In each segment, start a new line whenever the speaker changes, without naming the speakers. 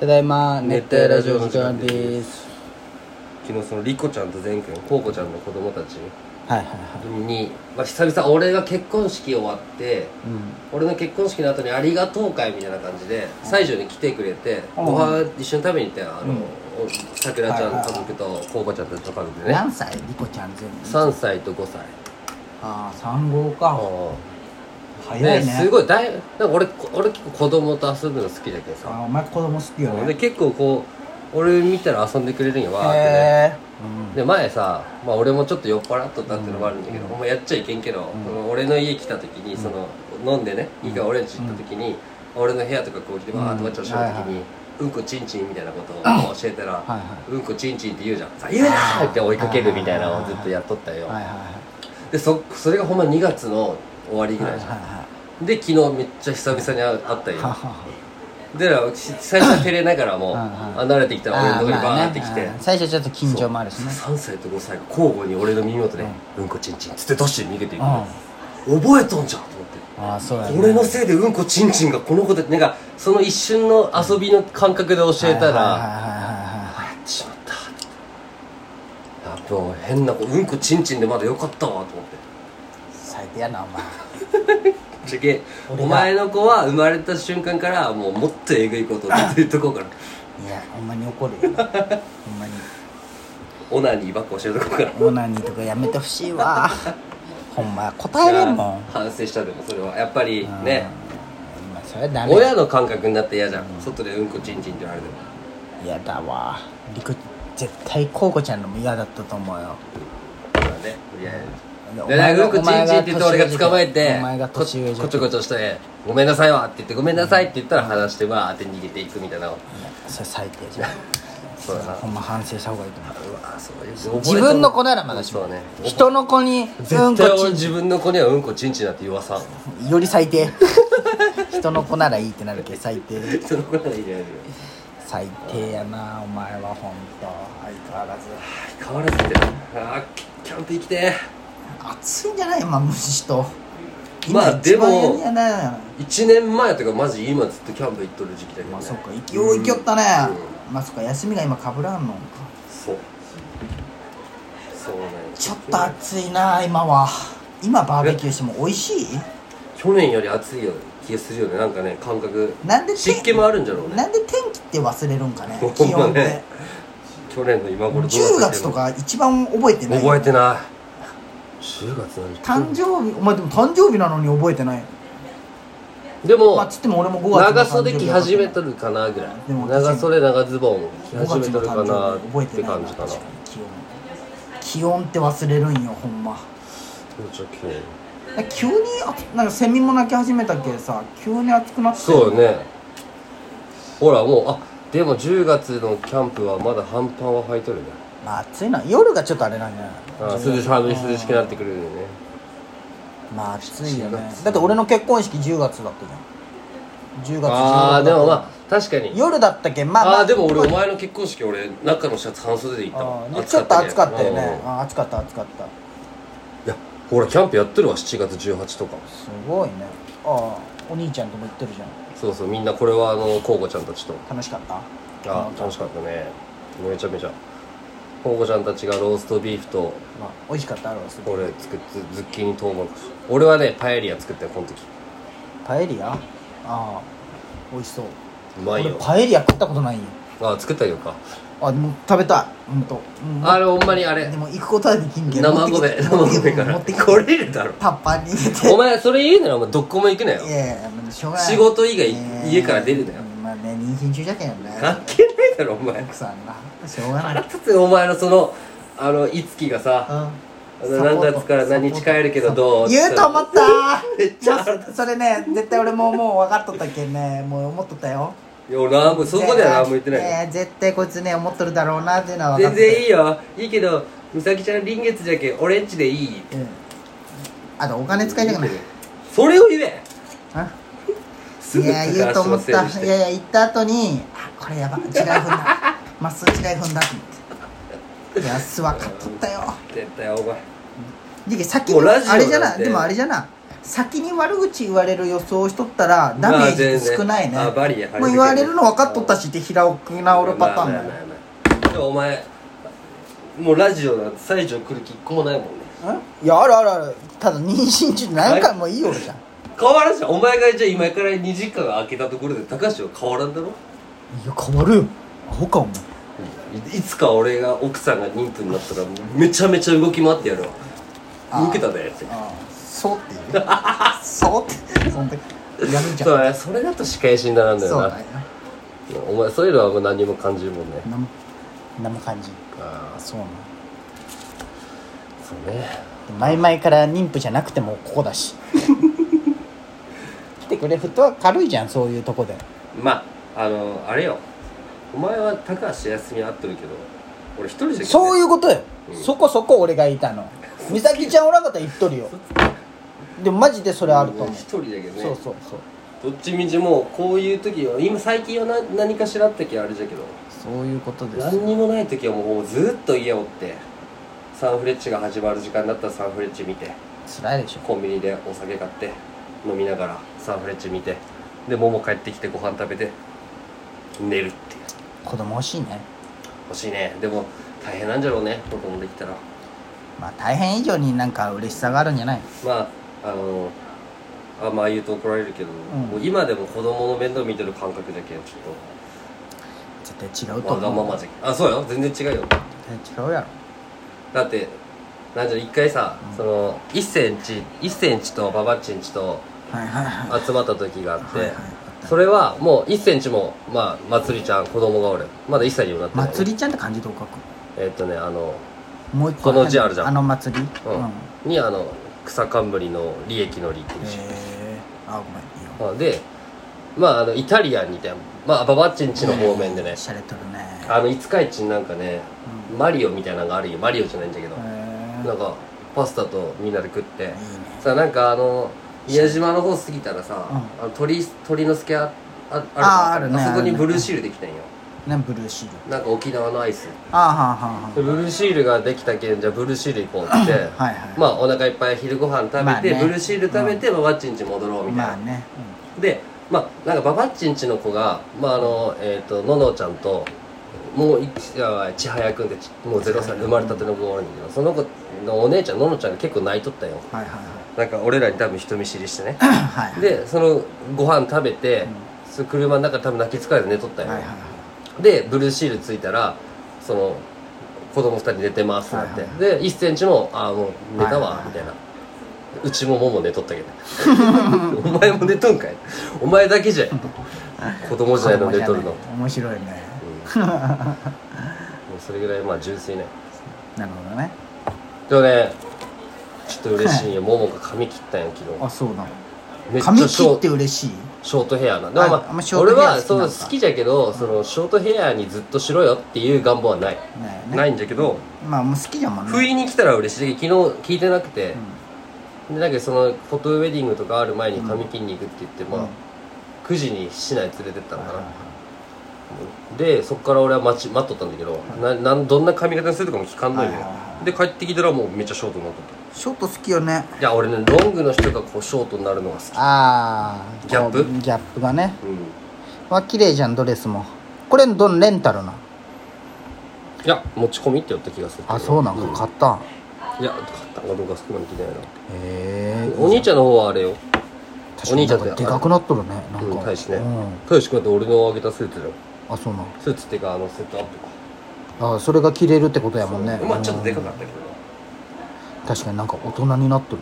ただいま熱帯ラジオの時間です
昨日そのリコちゃんと善くんコウコちゃんの子供たち
はいはいはい
に、まあ、久々俺が結婚式終わって
うん
俺の結婚式の後にありがとう会みたいな感じで西条に来てくれて
うん
ご飯一緒に食べに行ったよあの、
うん
さくらちゃんの家族とコウコちゃんたちの家族でね
何歳リコちゃん全部
3歳と5歳
ああ三号か早
ね
いね
すごいだいなんか俺俺結構子供と遊ぶの好きだけ
あー
どさ
お前子供好きよ
で
ね
結構こう俺見たら遊んでくれるんよわーってね
へえ
で前さ、まあ、俺もちょっと酔っ払っとったっていうのもあるんだけど、ほんまやっちゃいけんけど、その俺の家来た時にその、飲んでねいいか俺んち行った時に、俺の部屋とかこう来てバーッとわっちゃわっちゃした時に、うんこちんちんみたいなことを教えたら、
いは
うんこちんちんって言うじゃんさ「言うな!」って追いかけるみたいなのをずっとやっとったよ、
はいはいはい
でそそれがほんま2月の終わりぐ
は
ら
い
いじゃん、
は
で昨日めっちゃ久々に会う会った
いは
よ
は
でだからし最初は照れながらも、
うん
あ慣れてきたら俺のとこにバーって来て、
あー最初ちょっと緊張もあるしね
3歳と5歳が交互に俺の耳元で「うんこちんちん」っつってダッシュで逃げていくの覚えとんじゃんと思って
ああそうやね
俺のせいでうんこちんちんがこの子でなんかその一瞬の遊びの感覚で教えた
はいはい
ら
はいはいはい
「やってしまった」やっぱもう変な子うんこちんちんでまだよかったわと思って
最低やなお前
じゃけ
俺が
お前の子は生まれた瞬間からもうもっとえぐいことをずっと言っとこうから
いやほんまに怒るよほんまに
オナニーばっか教えとこうから
オナニーとかやめてほしい わほんま答えれんもん
反省したでもそれはやっぱりね
うんまあそれはダメ
親の感覚になって嫌じゃん、外でうんこちんちんって言われても
嫌だわリコ絶対コウコちゃんのも嫌だったと思うよ
ねいやいや
で
でなんかうんこちんちんって言って俺が捕まえて
お前が
ここ
年
ち
上じゃん
ょこちょして「ごめんなさいわ」って言って「ごめんなさい」って言ったら話してわーって逃げていくみたいなうわ
いやそれ最低じゃん
そうだな
ほんま反省した方がいいと思う
ーそういう覚えて
自分の子ならまだしも
そうね
人の子にうん
絶
こ
対俺
ちん
自分の子にはうんこちんちんだって言わさん
より最低 人の子ならいいってなるけど最低
その子ならいいじゃない
最低やなお前は本当相変わらず
変わらずってあーキキャンプ行きて
暑いんじゃない今虫と
まあでも
やだよ
1年前とかマジ今ずっとキャンプ行っとる時期だけど、ね、
まあそっか勢いいきよったね、まあそっか休みが今かぶらんのか
そうそうね
ちょっと暑いな今は今バーベキューしても美味しい
去年より暑いよ気がするよねなんかね感覚
なんで
湿気もあるんじゃろうね
なんで天気って忘れるんかね
ほんまね
気温って
去年の今頃どうだったっけ
10月とか一番覚えてない
覚えてない10月なん
誕
て
生日お前でも誕生日なのに覚えてない
でも、
まあつっても俺も5月の
長
誕生日
袖着始めとるかなぐらい
でも
長袖長ズボン着
5
始め
月の
とるか
誕
な
生日覚え
ってて
ない
感
な
じ
確
か
か
な
に気温気温って忘れるんよほんま
ちょっと今日
急に暑なんかセミも鳴き始めたけさ急に暑くなって
そうよねほらもうあでも10月のキャンプはまだ半端は履いとるね
まあ暑いな夜がちょっとあれなんじゃない
あ涼し寒い涼しくなってくるよね
まあ暑いよ
7
ね
月
だって俺の結婚式10月だったじゃん10月
あ
16
あで
だった
もまあ確かに
夜だったけんまあ、ま
ああーでも俺お前の結婚式俺中のシャツ半袖で行った
あ
わ
ーねちょっと暑かったよ
うん
ねあー暑かった暑かった
いやほらキャンプやってるわ7月18とか
すごいねああお兄ちゃんとも行ってるじゃん
そうそうみんなこれはあのこうごちゃんたちと
楽しかった
あ楽しかったねめちゃめちゃこうごちゃんたちがローストビーフと
まあ、美味しかったあれはすごい
俺作ってズッキーニトウモロコシ俺はねパエリア作ったよこの時
パエリアああ美味しそう
うまい
俺
よ
パエリア食ったことないよ
あ作ったよか
あでも食べたいほんと、うん
あれほんまにあれ
でも行くことはできんけど
生米生米か
持
ら
ってきて
来れるだろ
タッパーに入れて
お前それ言うならお前どこも行くなよ
いやいやもうしょうがない
仕事以外
ねえ
家から出るなよ
まあね妊娠中じゃけんね
関係ないだろお前
奥さんなしょうがない
かつお前のそのあのいつきがさあ
うん
の何月から何日帰るけどどう
言うと思った
めっちゃ腹
それね絶対俺ももう分かっとったけんねもう思っとったよ
いや俺何もそこでは何も言ってないよ
ねえ絶対こいつね思っとるだろうなっていうのは分かっ
全
とったよ
然いいよいいけど美咲ちゃん臨月じゃけん俺んちでいい
うんあとお金使いたくない
それを言え
あ
す
い
ぐ
や言うと思っ
高橋の
た
せ
い
いにして
やいや行った後にあこれやば違い踏んだ まっすぐ違い踏んだと思っていやすわかっとったよ
絶対お前
でさっき
もうラジオ
あれじゃ
な
なん
て
でもあれじゃな先に悪口言われる予想をしとったらダメージ少ないね、
まあ全然あバリや
もう言われるの分かっとったしって平置き直るパターンだよ、
まあまあまあまあでもお前もうラジオなんて西条来る気一個もないもんね
んいやあるあるあるただ妊娠中何回もいいよじゃん
変わらんじゃんお前がじゃあ今から2時間空けたところで高橋は変わらんだろ
いや変わるよアホかお前
いいつか俺が奥さんが妊婦になったらめちゃめちゃ動き回ってやるわ
あー
受けたでって
ああそうって言うそうってそんでやるんじゃん
そうねそれだと仕返しにならんだよ
そう
な
だよ
お前そういうのはもう何も感じるもんね
なんなんも感じ
あ
あそうな
あそうね
前々から妊婦じゃなくてもここだ し来てくれフットは軽いじゃんそういうとこで
まああのあれよお前は高橋康美は合ってるけど俺一人じゃ
そういううことよ、
うん
そこそこ俺がいたの美咲ちゃんおらんかったら言っとるよでもマジでそれあると思う、
一人だけどね
そうそうそう
どっちみちもうこういう時は今最近はな何かしらあった時はあれじゃけど
そういうことです
何にもない時はもうずっと家おってサンフレッチェが始まる時間だったらサンフレッチェ見て
辛いでしょ
コンビニでお酒買って飲みながらサンフレッチェ見てでもも帰ってきてご飯食べて寝るっていう
子供欲しいね
欲しいねでも大変なんじゃろうね子供できたら
まあ大変以上になんか嬉しさがあるんじゃない
まああのあまあ言うと怒られるけど、
ん
もう今でも子供の面倒見てる感覚だけちょ
絶対違
っ
う
と
と
わが
思
ま
う
まじゃけあそうよ全然違うよ
絶対違うやろ
だってなんじゃ一回さ、その1センチ1センチとババッチンチと
はいはいはい
集まった時があって、
はいはい
それはもう1センチもまあまつりちゃん子供がおるまだ1歳にもなってない
祭りちゃんって漢字どう書く
えっとねあの
もう一個
この字あるじゃん
あの祭り
うん、にあの草冠の利益の利っていう字
えー、あごめんいいよ
あでまああのイタリアンにてまあババッチンチの方面でね
しゃれとるね
あの五日市になんかねマリオみたいなのがあるよマリオじゃないんだけど、
うんへ
なんかパスタとみんなで食って、
ーいいね
さなんかあの宮島の方過ぎたらさ、
う
あの鳥鳥の助あああるじゃん
あーあるね
あそこにブルーシールできたんよ
なんブルーシール
なんか沖縄のアイス
ああはあはあは
でブルーシールができたけんじゃあブルーシール行こうって
あはいはい
まあお腹いっぱい昼ご飯食べて、
まあね
ブルーシール食べて、ババッチンチ戻ろうみたいな、
まあね、
でまあなんかババッチンちの子がまああのえっ、とののちゃんともういちあちはやくんでちもう0歳生まれたての子がおるんだけどその子のお姉ちゃんののちゃんが結構泣いとったよ
うん、はいはい
なんか俺らに多分人見知りして ね
はいはい
でそのご飯食べて、その車の中で多分泣き疲れて寝とったよ、
はいはいは
でブルーシールついたらその子供二人寝てますってなって、
はいはい
で1センチも「ああもう寝た
はいはいは
わ
い」
みたいな、うちももも寝とったけど お前も寝とんかいお前だけじゃい子供
い
時代の寝とるの、
子供じゃない面白いね
うんもうそれぐらいまあ純粋ね
なるほどね
でもねちょっと嬉しいよももが髪切ったんよ
あそうなの
昨日めっ
髪
ちゃシ
切
ョ
って
ー
嬉しい
ショートヘアなだから
あ
ま
あんまシ
あ
ョート
俺
ヘア好きな
は
ん
そ
だ
う好きじゃけどそのショートヘアにずっとしろよっていう願望はない、
ねえね
ないんじゃけど、
まあもう好きじゃもんね
不意に来たら嬉しい昨日聞いてなくて、でなんかそのフォトウェディングとかある前に髪切りに行くって言って、まあ9時に市内連れてったのかな、でそっから俺は待ち待っとったんだけど、ななんどんな髪型にするとかも聞かんのよ、
はいはいは
で帰ってきたらもうめっちゃショートになっとっ
ショート好きよね
たいや俺ねロングの人がこうショートになるのが好き
ああ
ギャップ
ギャップがね
うん
わ綺麗じゃんドレスもこれどんレンタルない
や持ち込みって言った気がする
あそうなんか買ったん
いや買ったんかどうかそこまで聞いてないな
へえ
お兄ちゃんの方はあれよ
確かになん
お兄ちゃん
か
って
でかくなっとるねな
うんん
か
大しね
うん
大志君だって俺のあげたスーツじゃん
あそうなん
スーツっていうかあのセットアップか
あーそれが着れるってことやもんね
まあちょっとでかかったけど
確かになんか大人になっとる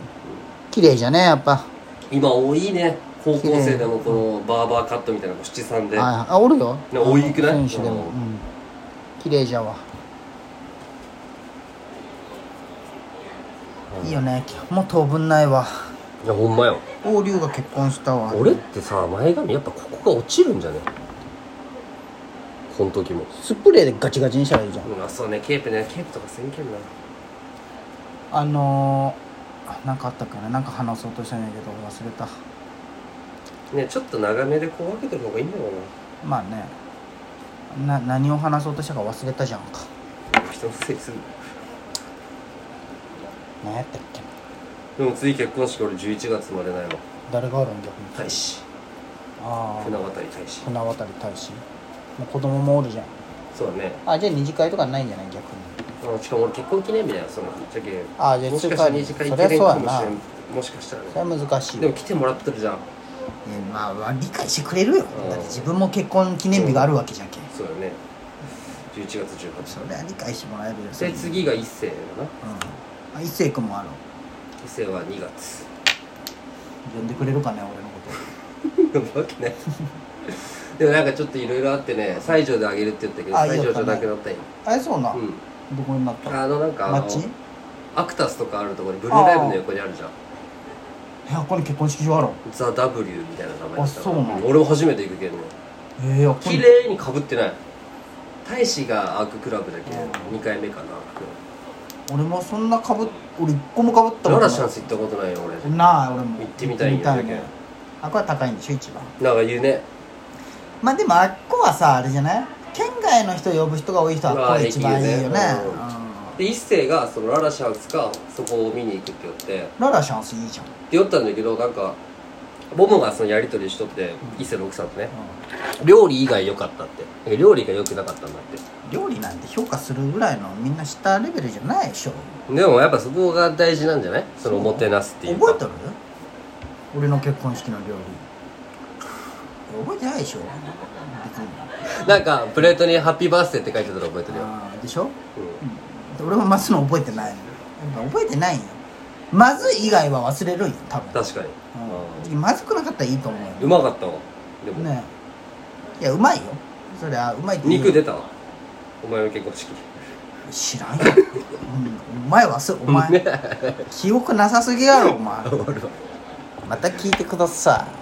綺麗じゃねやっぱ
今多いね高校生でもこのバーバーカットみたいなの七三で
ああおるよ
ね多いくない
選手でも
う
うん綺麗じゃわいいよねもう当分ないわ
いやほんまよ
王龍が結婚したわ
俺ってさ前髪やっぱここが落ちるんじゃねこの時も
スプレーでガチガチにしたらいいじゃん
うんあそうねケープねケープとかせんけんな
あのー、なんかあったっけななんか話そうとしたんやけど忘れた
ねちょっと長めでこう分けてる方がいいんだろう
まあねな何を話そうとしたか忘れたじゃんか
な人のせいにする
何やったっけな
でも次結婚式俺11月までないもん
誰があるん逆に
大使
ああ
船渡り大使
船渡り大使もう子供もおるじゃん
そうだね
あじゃあ二次会とかないんじゃない逆に
あのしかも俺結婚記念日だよそのぶっちゃけ
あじゃあ
もし
一
かしたら
回
二次会
そ
行
りゃ
け
そうん
れ
や
かもし
な
れんもしかしたら
それ
ね
は難しい
でも来てもらってるじゃん
えまあまあ理解してくれるよ
うん
だって自分も結婚記念日があるわけじゃんけ
そうだね11月18
そ
日
れは理解してもらえるよ
で次が一世だな
うんあ一星君もある
一世は2月
呼んでくれるかね俺のこと
わけない でもなんかちょっといろいろあってね西条であげるって言ったけど
あ
西条じゃなく
いい
なったんよ
あれそうな、
うん
どこになった
あのなんか
マ
あ
ッ
の
チい
アクタスとかあるところにブルーライブの横にあるじゃん
やこれ結婚式場あろ
ザ・ W みたいな名前だった
あそうなの
俺も初めて行くけどね
ええあっこ
綺
に
麗にかぶってない大使がアーククラブだけど
うん
2回目かな
俺もそんなかぶっ俺一個もかぶった
ラ
こと
ラシャン
な
ス行ったことないよ俺
いなあ俺も
行ってみたいん
行
や
ってみ
だけ
ねあっこは高いんでしょ一番
なんか言うね
まあでもあっこはさあれじゃない県外の人呼ぶ人が多い人はあっこが一番いいよね、う
う
ん
わあいいよねで一星がそのララシャンスかそこを見に行くって言って
んララシャンスいいじゃん、
って言ったんだけどなんかボムがそのやり取りしとって一星の奥さんとね
う
料理以外良かったってなんか料理が良くなかったんだって
ん料理なんて評価するぐらいのみんな知ったレベルじゃないでしょ
でもやっぱそこが大事なんじゃないそのおもてなすっていうか
覚えてる俺の結婚式の料理覚えてないでしょ別に
なんかプレートに「ハッピーバースデー」って書いてたの覚えてるよ、
あーでしょ、
う
うん、俺もまずの覚えてないやっぱ覚えてないよまずい以外は忘れるんよ多
ん、
分、
確かに、
うん、まずくなかったらいいと思うよ
うまかったわでも、
ねいやうまいよそりゃうまいって言う
肉出たわお前の結婚式
知らんよ、うん、お前忘れ お前記憶なさすぎやろお前また聞いてください